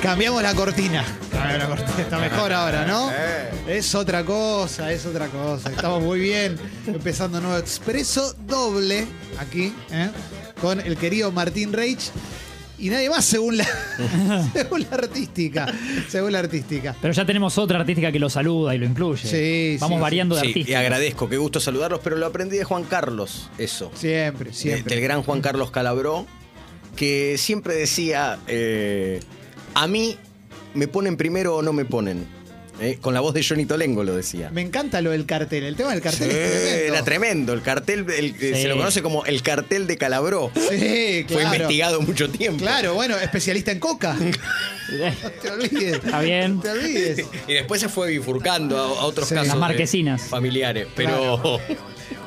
Cambiamos la cortina. Cambiamos la cortina. Está mejor ahora, ¿no? Es otra cosa, es otra cosa. Estamos muy bien. Empezando nuevo expreso doble aquí, ¿eh? con el querido Martín Reich. Y nadie más según la, según la artística. Según la artística. Pero ya tenemos otra artística que lo saluda y lo incluye. Sí, Vamos sí, variando de Sí, y artista. agradezco, qué gusto saludarlos, pero lo aprendí de Juan Carlos, eso. Siempre, de- siempre. Del gran Juan Carlos Calabró, que siempre decía, eh, a mí me ponen primero o no me ponen. Eh, con la voz de Johnny Tolengo lo decía. Me encanta lo del cartel. El tema del cartel Sí, es tremendo. Era tremendo, el cartel, el- eh, Sí. se lo conoce como el cartel de Calabró. Sí, Fue claro. investigado mucho tiempo. Claro, bueno, especialista en coca. Eh, Te olvides. Está bien. Te olvides. Y después se fue bifurcando a, a otros Sí. casos. Las de marquesinas. Familiares, pero...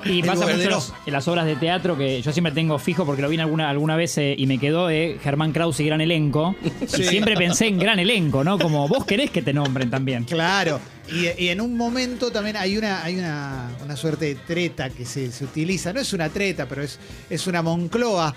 Y El pasa mucho en gordero. los- en las obras de teatro que yo siempre tengo fijo porque lo vi en alguna, alguna vez eh, y me quedó eh, Germán Krause y Gran Elenco. Y Sí. siempre pensé en Gran Elenco, ¿no? Como vos querés que te nombren también. Claro. Y, y en un momento también hay una, hay una, una suerte de treta que se, se utiliza. No es una treta, pero es, es una moncloa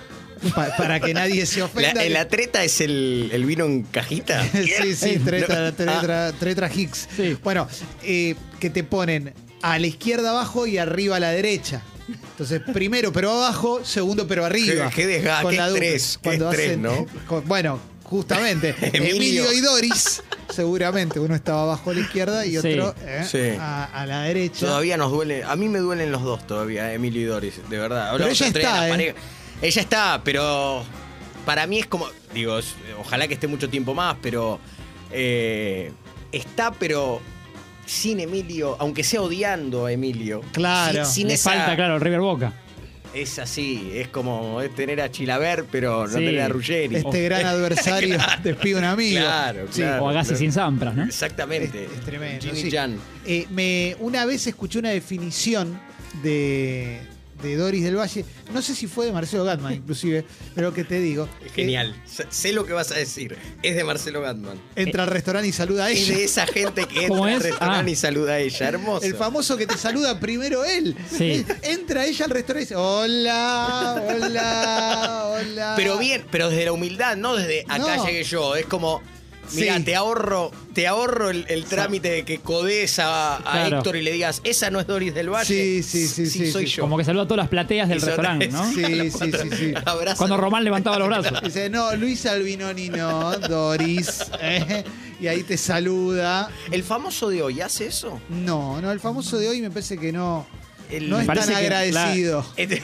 pa- para que nadie se La, ofenda. el atreta es el, el vino en cajita. sí, sí, treta, No. Ah. treta, treta Higgs. Sí. Bueno, eh, que te ponen a la izquierda abajo y arriba a la derecha. Entonces, primero pero abajo, segundo pero arriba. Qué- qué desgaste, Con la qué dupla. estrés, qué estrés, ¿no? con- bueno, justamente. Emilio. Emilio y Doris, seguramente. Uno estaba abajo a la izquierda y Sí. otro eh, Sí. a, a la derecha. Todavía nos duele. A mí me duelen los dos todavía, Emilio y Doris, de verdad. Hablamos ella otro día está, de las ¿eh? parejas. Ella está, pero para mí es como. Digo, es- ojalá que esté mucho tiempo más, pero. eh, está, pero sin Emilio, aunque sea odiando a Emilio. Claro. Sin, sin Le esa- falta, claro, el River Boca. Es así, es como es tener a Chilaver, pero no Sí. tener a Ruggeri. Este gran adversario despide un amigo. Claro, Sí. claro. O a Gassi claro. sin Sampras, ¿no? Exactamente. Es, es tremendo. Jin y sí. Jan. Eh, me, una vez escuché una definición de, de Doris del Valle, no sé si fue de Marcelo Gatman inclusive, pero que te digo. Es que Genial. Sé- Sé lo que vas a decir. Es de Marcelo Gatman. entra al restaurante y saluda a Es ella. de esa gente que ¿Cómo entra al es? Ah. restaurante y saluda a ella. Hermoso. El famoso que te saluda primero él. Eh, Sí. Entra ella al restaurante y dice, hola, hola, hola. Pero bien, pero desde la humildad, no desde acá No. llegué yo. Es como. Mira, Sí. te ahorro, te ahorro el, el trámite de que codes a, a Claro. Héctor y le digas, esa no es Doris del Valle. Sí, sí, sí, Sí, sí, soy sí. yo. Como que saluda a todas las plateas del Y son- restaurante, ¿no? Sí, sí, sí, sí. Abrazo. Cuando Román levantaba los brazos. Dice, no, Luis Albinoni no, Doris. ¿eh? Y ahí te saluda. El famoso de hoy hace eso. No, no, el famoso de hoy me parece que no. El- No es tan Parece que la- agradecido. Este-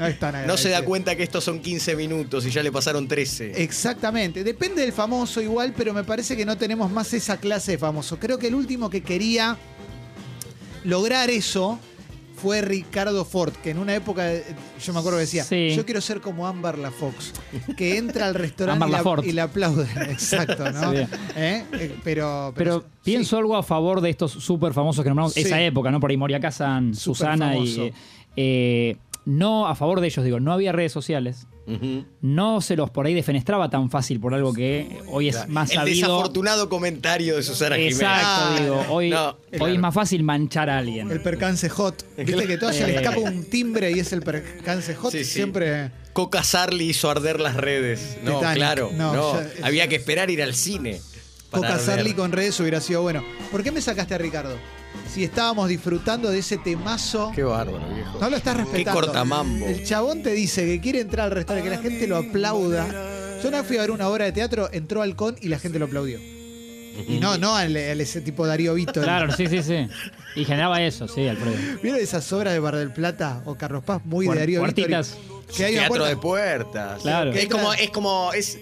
No es tan no se da agradecido. cuenta que estos son 15 minutos y ya le pasaron 13. Exactamente. Depende del famoso igual, pero me parece que no tenemos más esa clase de famoso. Creo que el último que quería lograr eso fue Ricardo Ford, que en una época, eh, yo me acuerdo que decía, Sí. yo quiero ser como Amber La Fox, que entra al restaurante Ámbar y La la, Ford. y la aplaude. Exacto, ¿no? Sí, bien. ¿Eh? Eh, Pero, Pero pienso algo a favor de estos súper famosos que nombramos. Sí. Esa época, ¿no? Por ahí Moria Kazan, Susana Superfamoso. y. eh, no a favor de ellos, digo, no había redes sociales. Ujú. No se los por ahí defenestraba tan fácil por algo que hoy es más el sabido. desafortunado comentario de Susana Exacto, Ah, digo. Hoy, no, hoy claro. es más fácil manchar a alguien. El percance hot. Viste que todo se le Eh. escapa un timbre y es el percance hot. Sí, sí. Siempre. Jiménez. Coca Sarli hizo arder las redes. No, Titanic. claro. No, No, ya- había que esperar ir al cine. para Coca arder. Sarli con redes hubiera sido bueno. ¿Por qué me sacaste a Ricardo? Si estábamos disfrutando de ese temazo. Qué bárbaro, viejo. No lo estás respetando. cortamambo. El chabón te dice que quiere entrar al restaurante, que la gente lo aplauda. Yo no fui a ver una obra de teatro, entró al con y la gente lo aplaudió. Y no, no al, al ese tipo Darío Vito. Claro, sí, sí, sí. Y generaba eso, sí, Alfredo. ¿Vieron esas obras de Bar del Plata o Carlos Paz? Muy Puer- de Darío Vito. puertitas. Que hay una Teatro puerta- de puertas. Claro. Es como, es como, es.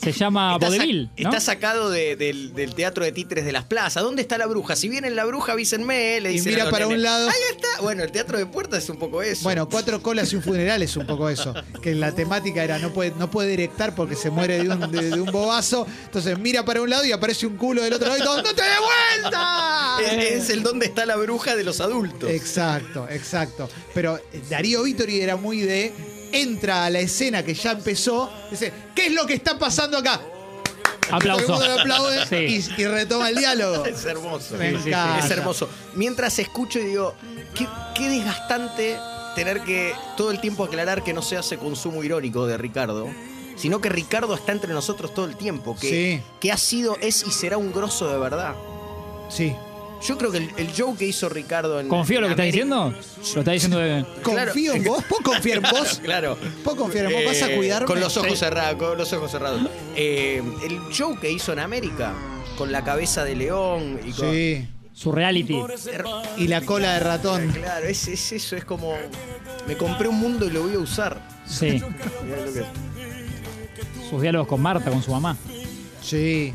Se llama está sa- Vodevil, ¿no? Está sacado de- del, del teatro de títeres de las plazas. ¿Dónde está la bruja? Si viene la bruja, avísenme, eh, le Y dicen mira a los para un nenes. lado. Ahí está. Bueno, el teatro de puertas es un poco eso. Bueno, cuatro colas y un funeral es un poco eso. Que la temática era no puede, no puede directar porque se muere de un, de- de un bobazo. Entonces mira para un lado y aparece un culo del otro lado y todo, ¡No te dé vuelta! Es, es el dónde está la bruja de los adultos. Exacto, exacto. Pero Darío Vittori era muy de. Entra a la escena que ya empezó. Dice, ¿qué es lo que está pasando acá? Aplauso. Todo el mundo le aplaude Sí. y, y retoma el diálogo. Es hermoso. Me Es encanta. hermoso. Mientras escucho y digo, qué, qué desgastante tener que todo el tiempo aclarar que no se hace consumo irónico de Ricardo. sino que Ricardo está entre nosotros todo el tiempo, que, Sí. que ha sido, es y será un grosso de verdad. Sí. Yo creo que el, el show que hizo Ricardo en. ¿Confío en lo que estás América- diciendo? Lo estás diciendo de. Claro. Confío en vos, puedo confiar en vos. Claro. Puedo confiar en vos, vas a Eh, cuidarme. Con los ojos Sí. cerrados, con los ojos cerrados. Eh, el show que hizo en América, con la cabeza de león y con. Sí. Su reality. Y la cola de ratón. Claro, es, es eso, es como. Me compré un mundo y lo voy a usar. Sí. Mirá lo que- Sus diálogos con Marta, con su mamá. Sí.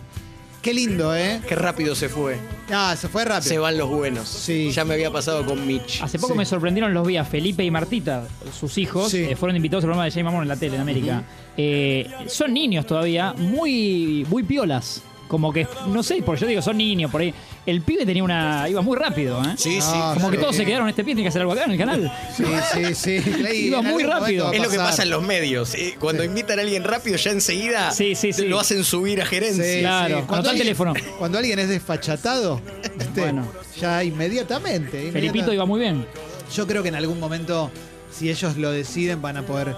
Qué lindo, ¿eh? Qué rápido se fue. Ah, se fue rápido. Se van los buenos. Sí. Ya me había pasado con Mitch. Hace poco Sí. me sorprendieron los vi a Felipe y Martita, sus hijos, Sí. eh, fueron invitados al programa de Jay Mamón en la tele en América. Eh, son niños todavía, muy, muy piolas. Como que, no sé, porque yo digo, son niños, por ahí. El pibe tenía una. iba muy rápido, ¿eh? Sí, sí. Ah, Como que sí. todos se quedaron este pie, tiene que hacer algo acá en el canal. Sí, sí, sí. Ley, Iba en muy algún momento rápido. va a Es lo que pasar. pasa en los medios. eh, Cuando invitan a alguien rápido, ya enseguida Sí, sí, sí. lo hacen subir a Sí, gerencia. sí. Claro, Cuando anotá el alguien- teléfono. Cuando alguien es desfachatado, este, Bueno. ya inmediatamente. Felipito inmediata- iba muy bien. Yo creo que en algún momento, si ellos lo deciden, van a poder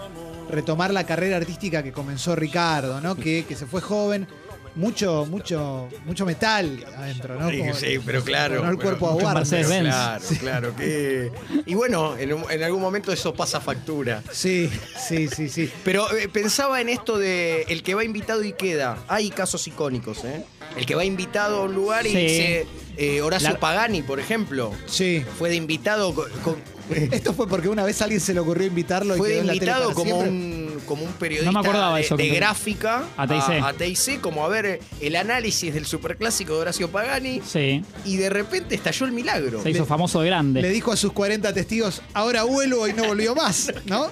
retomar la carrera artística que comenzó Ricardo, ¿no? Que, que se fue joven. Mucho, mucho, mucho metal adentro, ¿no? Sí, Como- sí, pero claro. Poner el pero- cuerpo a mucho guardia. Mercedes. Mercedes-Benz. Claro, claro. que- Y bueno, en, un- en algún momento eso pasa factura. Sí, sí, sí, sí. Pero eh, pensaba en esto de el que va invitado y queda. Hay casos icónicos, ¿eh? El que va invitado a un lugar y Sí. dice eh, Horacio La- Pagani, por ejemplo, Sí. fue de invitado co- con- Esto fue porque una vez a alguien se le ocurrió invitarlo y fue de quedó en la tele invitado para como siempre. un como un periodista No me acordaba de, eso que de te- gráfica A TIC. a TIC, como a ver eh, el análisis del superclásico de Horacio Pagani Sí. y de repente estalló el milagro. Se hizo famoso de grande. Le dijo a sus 40 testigos, ahora vuelvo y no volvió más, ¿no?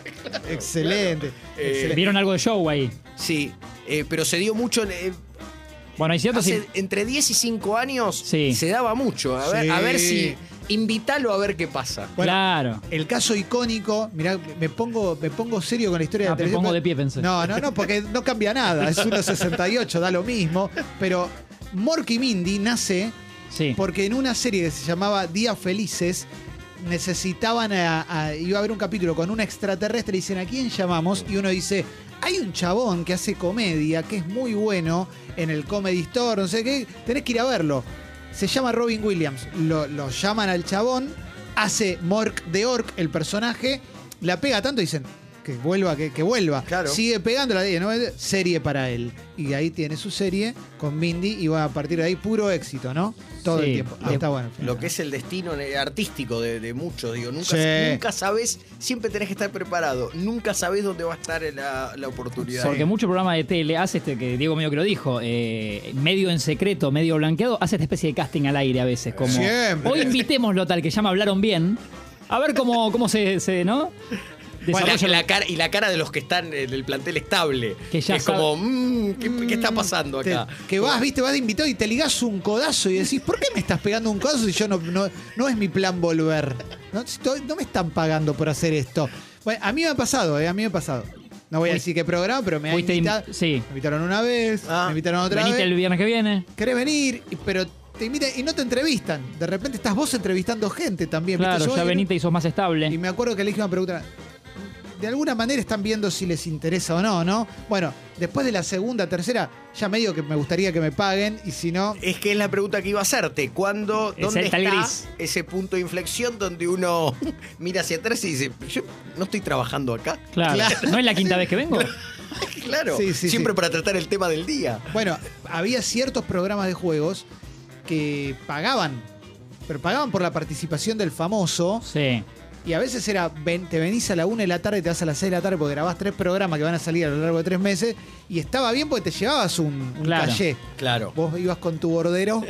Excelente. Eh, excelente. Vieron algo de show ahí. Sí, eh, pero se dio mucho en- eh, Bueno, hay ciertos. Hace entre 10 y 5 años Sí. se daba mucho. A ver, Sí. a ver si. Invítalo a ver qué pasa. Bueno, claro. El caso icónico, mirá, me pongo, me pongo serio con la historia Ah, de la me televisión. pongo de pero- pie, pensé. No, no, no, porque no cambia nada. Es 1.68, da lo mismo. Pero Morky Mindy nace Sí. porque en una serie que se llamaba Días Felices necesitaban a, a- iba a haber un capítulo con un extraterrestre y dicen a quién llamamos y uno dice hay un chabón que hace comedia que es muy bueno en el comedy store no sé qué tenés que ir a verlo se llama Robin Williams lo, lo llaman al chabón hace Mork de Orc el personaje la pega tanto dicen que vuelva que, que vuelva Claro. sigue pegando la ¿no? serie para él y ahí tiene su serie con Mindy y va a partir de ahí puro éxito ¿no? todo Sí. el tiempo Ah, Lo- está bueno Lo que es el destino en- artístico de, de muchos, digo, nunca, Sí. nunca sabes, siempre tenés que estar preparado, nunca sabés dónde va a estar la, la oportunidad. Porque mucho programa de tele hace este, que Diego medio que lo dijo, eh, medio en secreto, medio blanqueado, hace esta especie de casting al aire a veces. Como, Siempre. Hoy invitémoslo tal que ya me hablaron bien. A ver cómo, cómo se, se, ¿no? Bueno, Desarrolla- la- la cara, y la cara de los que están en el plantel estable. Que ya es sabe- como, "Mm, ¿qué, qué está pasando Te- acá? que vas, viste, vas de invitado y te ligás un codazo y decís, ¿por qué me estás pegando un codazo si yo no, no, no es mi plan volver? No, Si to- no me están pagando por hacer esto. Bueno, a mí me ha pasado, eh, a mí me ha pasado. No voy a decir qué programa, pero me, han fuiste in- invitado- sí. me invitaron una vez, Ah. me invitaron otra Venite vez. el viernes que viene. Querés venir, y- pero te invitan y no te entrevistan. De repente estás vos entrevistando gente también. ¿viste? Claro, Yo ya voy- venite y sos más Y estable. me acuerdo que le dije una pregunta. De alguna manera están viendo si les interesa o no, ¿no? Bueno, después de la segunda, tercera, ya medio que me gustaría que me paguen y si no, Es que es la pregunta que iba a hacerte. ¿Cuándo, Es ¿Dónde el está tal gris. ese punto de inflexión donde uno mira hacia atrás y dice, yo no estoy trabajando acá? Claro. Claro. ¿No es la quinta vez que vengo? Claro, Sí, sí, siempre sí. para tratar el tema del día. Bueno, había ciertos programas de juegos que pagaban, pero pagaban por la participación del famoso. Sí. Y a veces era, ven- te venís a la 1 de la tarde, te vas a las 6 de la tarde porque grabás tres programas que van a salir a lo largo de tres meses. Y estaba bien porque te llevabas un, un Claro. caché. Claro. Vos ibas con tu bordero,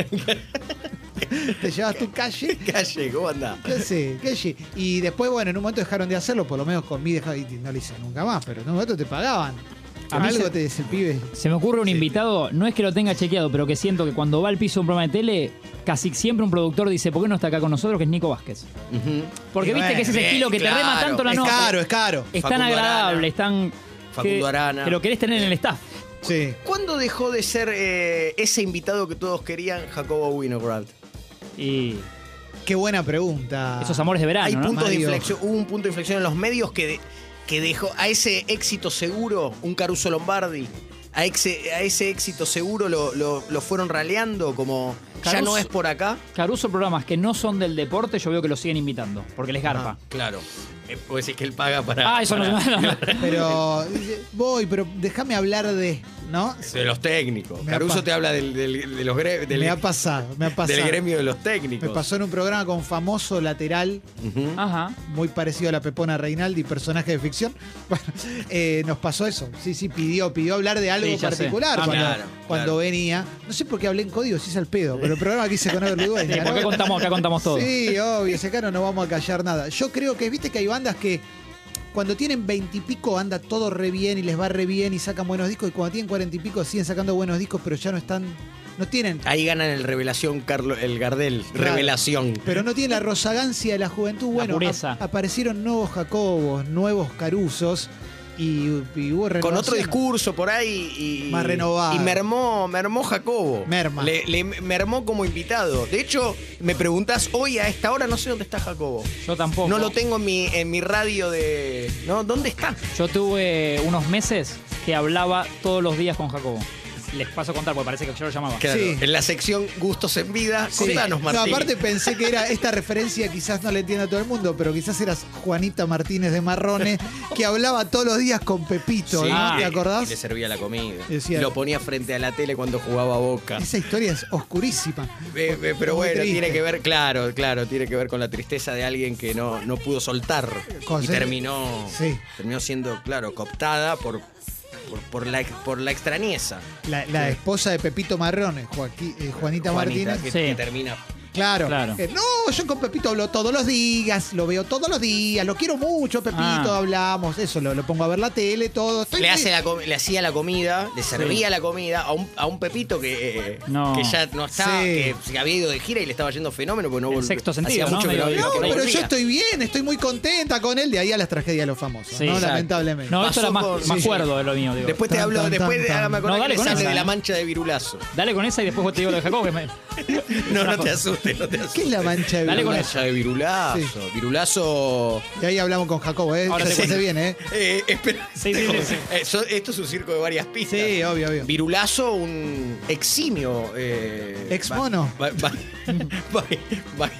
te llevabas tu calle. Calle, ¿cómo anda? ¿Qué sé? ¿Qué sé? Y después, bueno, en un momento dejaron de hacerlo, por lo menos con mí dejaron, y no lo hice nunca más, pero en un momento te pagaban. A mí Algo se- te dice el pibe. Se me ocurre un invitado, no es que lo tenga chequeado, pero que siento que cuando va al piso de un programa de tele, casi siempre un productor dice, ¿por qué no está acá con nosotros? Que es Nico Vázquez. Porque Y viste bueno, que es ese bien, estilo que te rema claro. tanto la es nota. caro, es caro. Es tan Facundo Arana. agradable, es tan. Facundo que- Arana. Que lo querés tener en el staff. Sí. ¿Cuándo dejó de ser eh, ese invitado que todos querían, Jacobo Winograd? Y Qué buena pregunta. esos amores de verano, Ah. Hay Ah, ¿no? puntos de Mario. inflexión, hubo un punto de inflexión en los medios que de- que dejó a ese éxito seguro un Caruso Lombardi. A ese, a ese éxito seguro lo, lo- lo fueron raleando como ya Caruso- no es por acá. Caruso, programas que no son del deporte, yo veo que lo siguen invitando, porque les garpa. Ah, claro. Eh, Pues es que él paga para, Ah, eso no no, para- no. Pero dice, voy, pero déjame hablar de, ¿no? de los técnicos. Me Caruso apa- te habla del, del- de los gre- del- me ha pasado, me ha pasado. del gremio de los Me técnicos. pasó en un programa con famoso lateral, Ujú. Ajá. muy parecido a la Pepona Reinaldi, personaje de ficción. Bueno, eh, nos pasó eso. Sí, sí, pidió, pidió hablar de algo Sí, ya sé. particular Ah, cuando, claro, cuando claro. venía. No sé por qué hablé en código, si es al pedo, pero el programa que hice con Overly Sí, porque acá contamos, acá contamos todo. Sí, obvio, si acá no nos vamos a callar nada. Yo creo que, viste que hay bandas que cuando tienen veintipico anda todo re bien y les va re bien y sacan buenos discos, y cuando tienen cuarenta y pico siguen sacando buenos discos, pero ya no están, no tienen, Ahí ganan el revelación Carlos, el Gardel, Claro. revelación. pero no tienen la rozagancia de la juventud. Bueno, pureza. ap- aparecieron nuevos Jacobos, nuevos Caruzos y, y hubo con otro renovación. discurso por ahí y Más renovado. y mermó mermó Jacobo Merma. le, le mermó como invitado de hecho me preguntás hoy a esta hora no sé dónde está Jacobo Yo tampoco. no lo tengo en mi en mi radio de no dónde está Yo tuve unos meses que hablaba todos los días con Jacobo. Les paso a contar porque parece que yo lo llamaba. Claro, Sí. en la sección gustos en vida Sí. contanos No, Martín aparte pensé que era esta referencia, quizás no la entienda todo el mundo, pero quizás eras Juanita Martínez de Marrones, que hablaba todos los días con Pepito, Sí, ¿no? Ah. ¿Te y le acordás? servía la comida Es cierto. lo ponía frente a la tele cuando jugaba a Boca Esa historia es oscurísima. Eh, eh, pero Muy bueno, triste. tiene que ver, claro, claro, tiene que ver con la tristeza de alguien que no, no pudo soltar. Con y ser- terminó, Sí. terminó siendo, claro, cooptada por, por, por la, por la extrañeza. La, la esposa de Pepito Marrones, Joaquí- eh, Juanita, Juanita, Martínez. Que, Sí. que termina. Claro. Claro. Eh, no, yo con Pepito hablo todos los días, lo veo todos los días, lo quiero mucho, Pepito, Ah. hablamos, eso, lo, lo pongo a ver la tele, todo. Estoy Le, muy- hace la com- le hacía la comida, le servía la comida a un, a un Pepito que, eh, No. que ya no estaba, Sí. que se había ido de gira y le estaba yendo fenómeno, porque no El volvía. sexto sentido, Hacía ¿no? mucho que Medio- No, que pero yo volvía. estoy bien, estoy muy contenta con él, de ahí a las tragedias de los famosos, Sí, ¿no? exacto. Lamentablemente. No, esto Pasó era más, con- más sí. cuerdo de lo mío, digo. Después te Tan, hablo, tan, después tan, ahora me tan. acordé No, que dale le con sale esa, de la ¿eh? mancha de virulazo. Dale con esa y después vos te digo lo de Jacobo. que me- No, no te asustes, no te asustes. ¿Qué es la mancha de Dale con Virulazo? Mancha de virulazo. Virulazo. Y ahí hablamos con Jacobo, ¿eh? Ahora Ahora te se cuento. viene, ¿eh? Eh, espera. Sí, sí, sí, sí. Eh, so- esto es un circo de varias pistas. Sí, obvio, obvio. Virulazo, un eximio. eh, Ex ba- mono. ba- ba- ba- ba-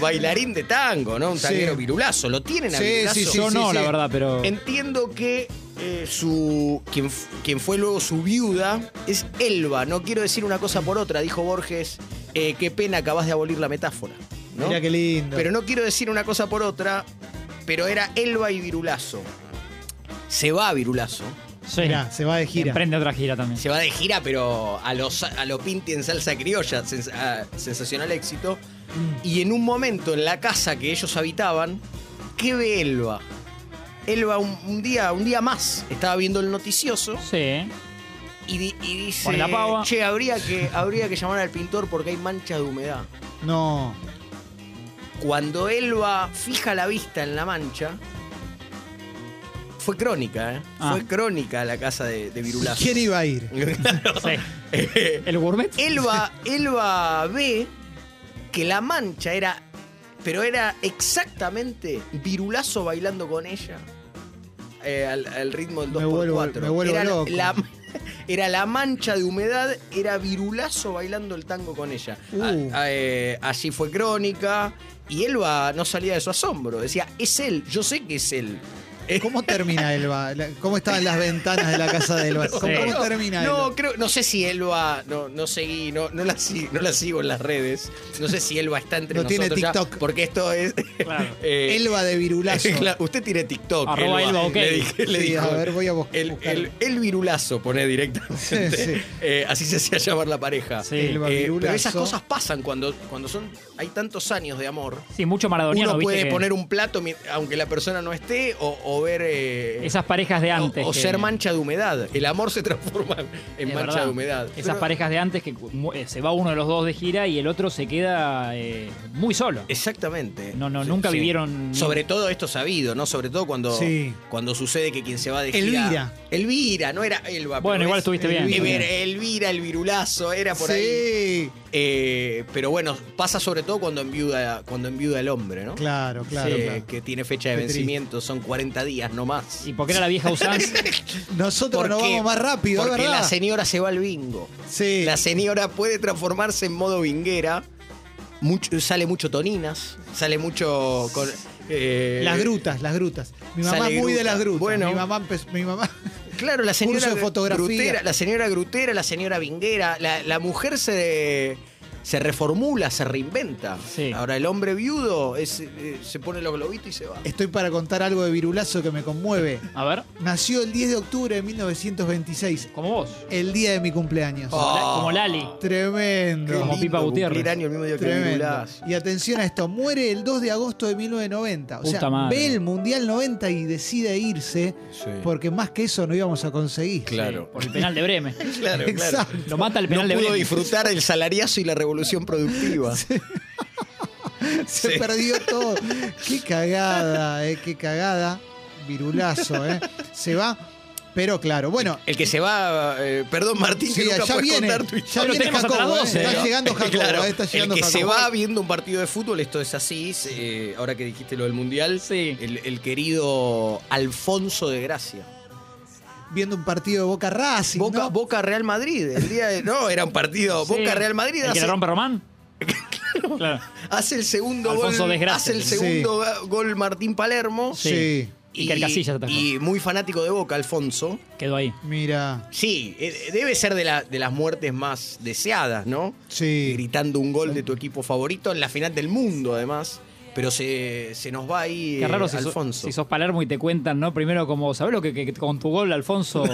bailarín de tango, ¿no? Un Sí. tanguero virulazo. Lo tienen a Sí, virulazo. sí, sí, Yo no, la verdad, pero. Entiendo que eh, su quien, f- quien fue luego su viuda es Elba. No quiero decir una cosa por otra, dijo Borges. eh, qué pena, acabas de abolir la metáfora. ¿no? Mira qué lindo. Pero no quiero decir una cosa por otra, pero era Elba y Virulazo. Se va a Virulazo. Sí. Mirá, se va de gira. Emprende otra gira también. Se va de gira, pero a los a lo Pinti en salsa criolla. sens- a- sensacional éxito. Mm. Y en un momento, en la casa que ellos habitaban, ¿qué ve Elba? Elba un, un día, un día más, estaba viendo el noticioso Sí. y, di- y dice, Pone la pava. che, habría que, habría que llamar al pintor porque hay mancha de humedad. No. Cuando Elba fija la vista en la mancha, fue crónica, ¿eh? Ah. Fue crónica la casa de, de Virulazo. ¿Quién iba a ir? sí. ¿El gourmet? Eh, Elba, Elba ve que la mancha era, pero era exactamente Virulazo bailando con ella eh, al, al ritmo del Me 2x4. vuelvo- me vuelvo era, loco. La, era la mancha de humedad, era Virulazo bailando el tango con ella. Uh. A- a- eh, allí fue crónica y Elba no salía de su asombro. Decía, es él, yo sé que es él. Eh, ¿Cómo termina Elba? La- ¿Cómo estaban las ventanas de la casa de Elba? ¿Cómo, Sí. cómo termina No, Elba? creo, no sé si Elba, no, no seguí, no, no, la sigo, no la sigo en las redes. No sé si Elba está entre No tiene nosotros ya, TikTok. porque esto es. Claro. eh, Elba de virulazo. claro, usted tiene TikTok. Arroba Elba, ok. Le dije, le Sí, dijo, a ver, voy a bus- El, buscar. el, el virulazo, pone directamente. Sí, sí. Eh, así se hacía llamar la pareja. Sí. Elba Eh, pero virulazo. esas cosas pasan cuando, cuando son. Hay tantos años de amor. Sí, mucho maradoniano, Uno viste puede que- poner un plato mi- aunque la persona no esté o, o ver. eh, Esas parejas de o- antes. O, que- ser mancha de humedad. El amor se transforma en es mancha verdad. de humedad. Esas parejas de antes que mu- eh, se va uno de los dos de gira y el otro se queda eh, muy solo. Exactamente. No, no, nunca vivieron- Sobre todo esto sabido, ¿no? Sobre todo cuando, Sí. cuando sucede que quien se va de gira. Elvira. Elvira, no era Elba. Bueno, pero igual es- estuviste bien. Elvira, Elvira, el virulazo, era por ahí. Sí. Eh, pero bueno, pasa sobre todo cuando enviuda, cuando enviuda el hombre, ¿no? Claro, claro. Eh, claro. Que tiene fecha de Qué vencimiento, son 40 días nomás. Y porque era la vieja usanza. Nosotros ¿Por nos qué? vamos más rápido, es Porque ¿verdad? la señora se va al bingo. Sí. La señora puede transformarse en modo vinguera. Mucho- sale mucho toninas, sale mucho con. eh, Las grutas, las grutas. Mi mamá Sale es muy gruta. de las grutas. Bueno. Mi mamá, empe- mi mamá Claro, la señora Curso de fotografía. grutera, la señora grutera, la señora vinguera, la, la mujer se se reformula, se reinventa. Sí. Ahora el hombre viudo es, eh, se pone los globitos y se va. estoy para contar algo de virulazo que me conmueve. A ver, Nació el 10 de octubre de 1926, como vos. el día de mi cumpleaños. Oh, Como la- Como Lali. Tremendo. Como lindo Pipa Gutiérrez. cumplir año el mismo día que Tremendo. Nicolás. Y atención a esto, muere el 2 de agosto de 1990. O sea, Puta madre. ve el Mundial 90 y decide irse Sí. porque más que eso no íbamos a conseguir. Claro. eh, Por el penal de Bremen. Claro, claro. Exacto. Lo mata el No penal de pudo Bremen. disfrutar el salariazo y la revolución productiva. Se Sí. perdió todo. Qué cagada, eh, qué cagada. Virulazo, eh. Se va, pero claro. Bueno, El que se va, eh, perdón Martín, Sí, que nunca ya puedes viene, contar tu ya historia. Lo viene tenemos hasta Jacobo, las eh, 12, está ¿no? llegando Jacobo, Claro, eh, está llegando el que se Jacobo. va viendo un partido de fútbol, esto es así, se- eh, ahora que dijiste lo del Mundial, Sí. el, el querido Alfonso de Gracia. viendo un partido de Boca Racing, Boca, ¿no? Boca Real Madrid, el día de- No, era un partido Sí. Boca Real Madrid. ¿El que Hace, la rompe Román? claro. hace el segundo Alfonso de gol. Gracia. Hace el Sí. segundo ga- gol Martín Palermo. Sí. Sí. Y que el Casillas atajó. y muy fanático de Boca, Alfonso. Quedó ahí. Mira, Sí, eh, debe ser de, la- de las muertes más deseadas, ¿no? sí. Gritando un gol de tu equipo favorito en la final del mundo, además. Pero se, se nos va ahí Qué raro eh, si, sos- Alfonso. si sos Palermo y te cuentan, ¿no? Primero como, ¿sabés lo que, que- que con tu gol, Alfonso?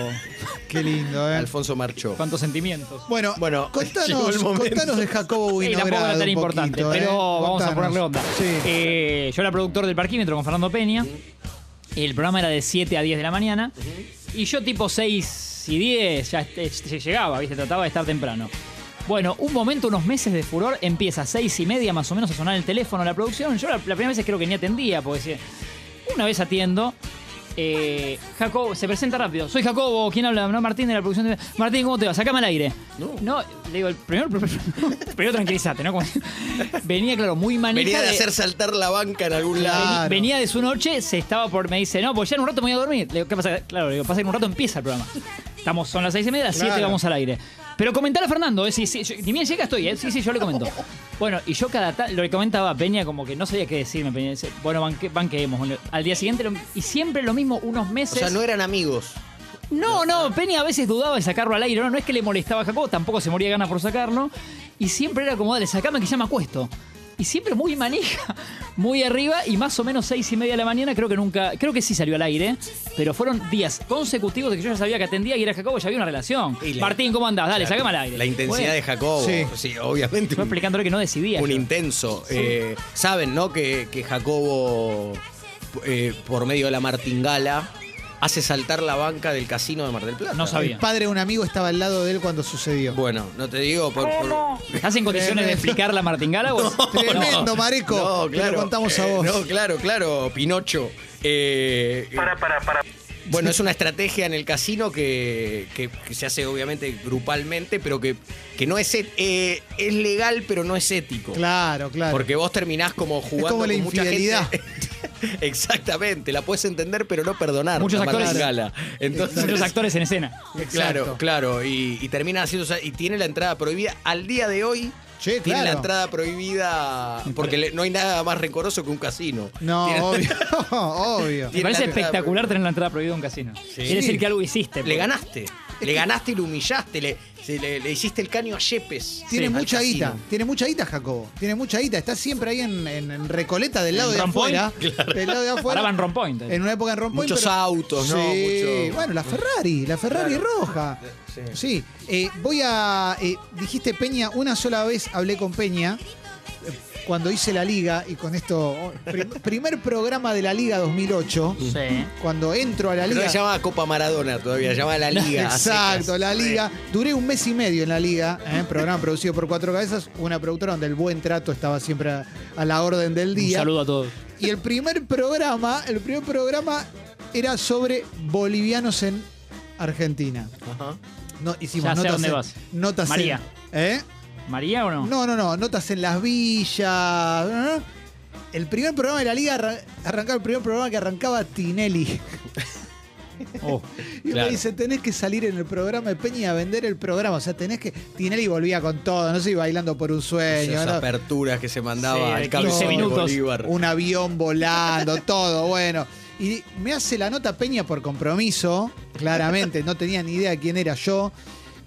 Qué lindo, eh. Alfonso marchó. ¿Cuántos sentimientos? Bueno, Bueno, llegó contanos, el momento. contanos de Jacobo Y tampoco Winograd era tan un importante, poquito, pero eh. vamos a Contanos. ponerle onda. Sí. Eh, yo era productor del parquímetro con Fernando Peña. El programa era de 7 a 10 de la mañana. Y yo tipo 6 y 10 ya este- este- llegaba, ¿viste? Trataba de estar temprano. Bueno, un momento, unos meses de furor, empieza a 6 y media más o menos a sonar el teléfono de la producción. Yo la, la primera vez creo que ni atendía, porque decía, una vez atiendo. eh, Jacobo, se presenta rápido. Soy Jacobo, ¿quién habla? No, Martín de la producción. de- Martín, ¿cómo te va? Sacame al aire. No. le digo, el primero, primero tranquilízate, ¿no? Como- venía, claro, muy manija. Venía de hacer saltar la banca en algún lado. Claro. Venía de su noche, se estaba por. Me dice, no, pues ya en un rato me voy a dormir. Le digo, ¿qué pasa? Claro, le digo, pasa que en un rato empieza el programa. Estamos, son las seis y media, las Claro. siete vamos al aire. Pero comentale a Fernando, eh, sí, sí, yo- ni bien llega estoy, eh, sí, sí, yo le comento. Bueno, y yo cada tal, lo que comentaba a Peña, como que no sabía qué decirme, Peña dice, bueno, banque- banqueemos. Bueno, Al día siguiente, lo- y siempre lo mismo, unos O meses. sea, no eran amigos. No, no, Peña a veces dudaba de sacarlo al aire, no, no es que le molestaba a Jacobo, tampoco se moría de ganas por sacarlo. Y siempre era como, dale, sacame que ya me acuesto. Y siempre muy manija, muy arriba, y más o menos seis y media de la mañana, creo que nunca, creo que sí salió al aire, pero fueron días consecutivos de que yo ya sabía que atendía y era Jacobo, ya había una relación. Y la- Martín, ¿cómo andás? Dale, sacame al aire. La intensidad de Jacobo. Sí. Sí, obviamente. Bueno, yo explicándole que no decidía. un yo. intenso. Eh, Saben, ¿no? Que, que Jacobo, eh, por medio de la martingala, hace saltar la banca del casino de Mar del Plata. No sabía. El padre de un amigo estaba al lado de él cuando sucedió. Bueno, no te digo por. por- ¿Estás en condiciones de explicar la Martingala? o- Tremendo, No. Mareco. No, Te lo claro. contamos a Eh, vos. no, claro, claro, Pinocho. Eh, eh, Bueno, es una estrategia en el casino que, que- que se hace obviamente grupalmente, pero que, que no es et- eh, es legal, pero no es ético. Claro, claro. Porque vos terminás como jugando como la con mucha infidelidad. gente. Exactamente, la puedes entender pero no perdonar. Muchos la actores- martingala. Entonces, Muchos actores en escena. Claro, Exacto. claro, y, y termina haciendo o sea, y tiene la entrada prohibida al día de hoy. Che, tiene la claro. entrada prohibida porque le- no hay nada más rencoroso que un casino. No, Tiene- obvio. obvio. Me parece Tiene la entrada espectacular tener la entrada prohibida a un casino. Quiere decir que algo hiciste. Le porque- ganaste. Le ganaste y lo humillaste. Le, se- le- le hiciste el caño a Yepes. Tiene al mucha casino. guita, tiene mucha guita Jacobo, tiene mucha guita, está siempre ahí en, en- en Recoleta del lado En de Rompoint, afuera, del lado de afuera. Paraba en Rompoint. En una época en Rompoint. Muchos autos, ¿no? Sí, Mucho- bueno, la Ferrari, la Ferrari roja. Sí. Sí, eh, voy a. eh, dijiste Peña, una sola vez hablé con Peña eh, cuando hice la liga, y con esto, oh, prim- primer programa de la liga 2008, Sí. cuando entro a la Pero liga. no se llamaba Copa Maradona todavía, se llamaba La Liga. a Exacto, secas. la liga. Duré un mes y medio en la liga, ¿eh? programa producido por Cuatro Cabezas, una productora donde el buen trato estaba siempre a, a la orden del Un día. saludo a todos. Y el primer programa, el primer programa era sobre bolivianos en Argentina. Ajá. No, Ya hicimos sé notas, dónde en, vas. notas en- María. ¿eh? ¿María o no? No, no, no, notas en las villas. ¿eh? El primer programa de la liga arra- arrancaba el primer programa que arrancaba Tinelli. Oh. Y Claro. me dice, tenés que salir en el programa de Peña y a vender el programa. O sea, tenés que. Tinelli volvía con todo, no sé, bailando por un sueño. Esas ¿no? aperturas que se mandaba Sí, de al cable 15 minutos. Bolívar. un avión volando, todo, bueno. Y me hace la nota Peña por compromiso, claramente, no tenía ni idea quién era yo.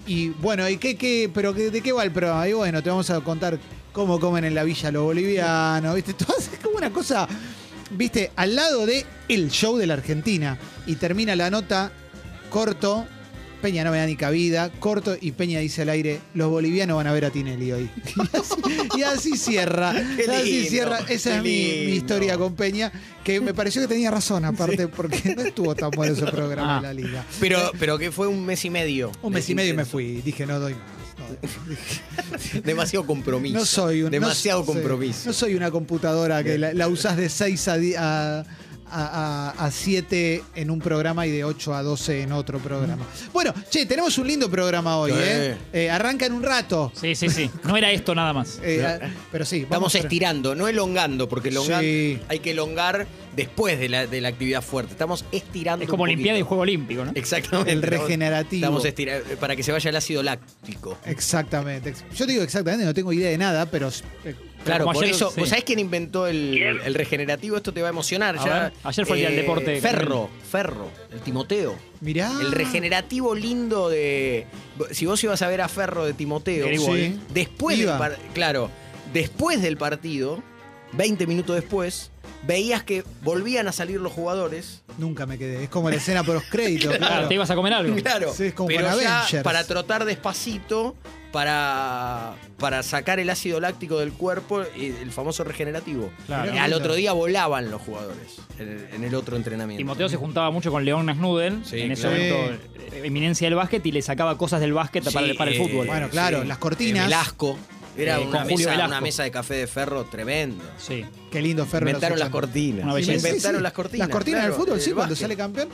Y bueno, ¿y qué, qué, pero qué- de qué va el programa? Y bueno, te vamos a contar cómo comen en la villa los bolivianos, ¿viste? Todo es como una cosa, ¿viste? Al lado de el show de la Argentina. Y termina la nota corto, Peña no me da ni cabida, corto y Peña dice al aire, los bolivianos van a ver a Tinelli hoy. Y así, y así cierra, Qué y así lindo, cierra. Esa es mi, qué mi historia lindo. con Peña, que me pareció que tenía razón aparte, porque no estuvo tan bueno ese programa Ah. de la liga. Pero, pero que fue un mes y medio. Un de mes y medio y me intenso. fui, dije, no doy más. no doy más". Demasiado compromiso. No soy un, Demasiado no- sí, compromiso. No soy una computadora que la, la usás de 6 a, di- a, a- a- a 7 en un programa y de 8 a 12 en otro programa. Bueno, che, tenemos un lindo programa hoy, Mm. Sí. ¿eh? Eh, Arranca en un rato. Sí, sí, sí. No era esto nada más. Eh, ah, pero sí, Estamos vamos a- estirando, no elongando, porque elongar- Sí. hay que elongar después de la, de la actividad fuerte. Estamos estirando. Es como un poquito. Olimpiada y Juego Olímpico, ¿no? Exactamente. El estamos- regenerativo. Estamos estirando para que se vaya el ácido láctico. Exactamente. ex- Yo digo exactamente, no tengo idea de nada, pero eh, Claro, como por ayer, eso. sí. ¿Vos sabés quién inventó el, el regenerativo? Esto te va a emocionar. A ya. Eh, ver, ayer fue el día del deporte. Ferro, Ferro, el Timoteo. mirá. El regenerativo lindo de. Si vos ibas a ver a Ferro de Timoteo, Sí. Gribol. después del Iba. par- claro, después del partido, 20 minutos después, veías que volvían a salir los jugadores. Nunca me quedé. Es como la escena por los créditos. Claro, claro. te ibas a comer algo. Claro, Sí, es como pero para ya Avengers. para trotar despacito, para, para sacar el ácido láctico del cuerpo, y el famoso regenerativo. Claro. Y Al otro día volaban los jugadores en el, en el otro entrenamiento. Timoteo se juntaba mucho con León Nasnuden, Sí, en ese claro. momento eh, eminencia del básquet, y le sacaba cosas del básquet para, Sí, el- para el eh, fútbol. Bueno, claro, las cortinas. eh, Velasco. Era Eh, una, con Julio mesa, Velasco. una mesa de café de ferro tremendo. sí. Qué lindo Ferro. en los Inventaron las 80. cortinas. Una belleza. Sí, sí, Inventaron sí. las cortinas. Las cortinas claro, del fútbol, sí, del cuando básquet. sale campeón.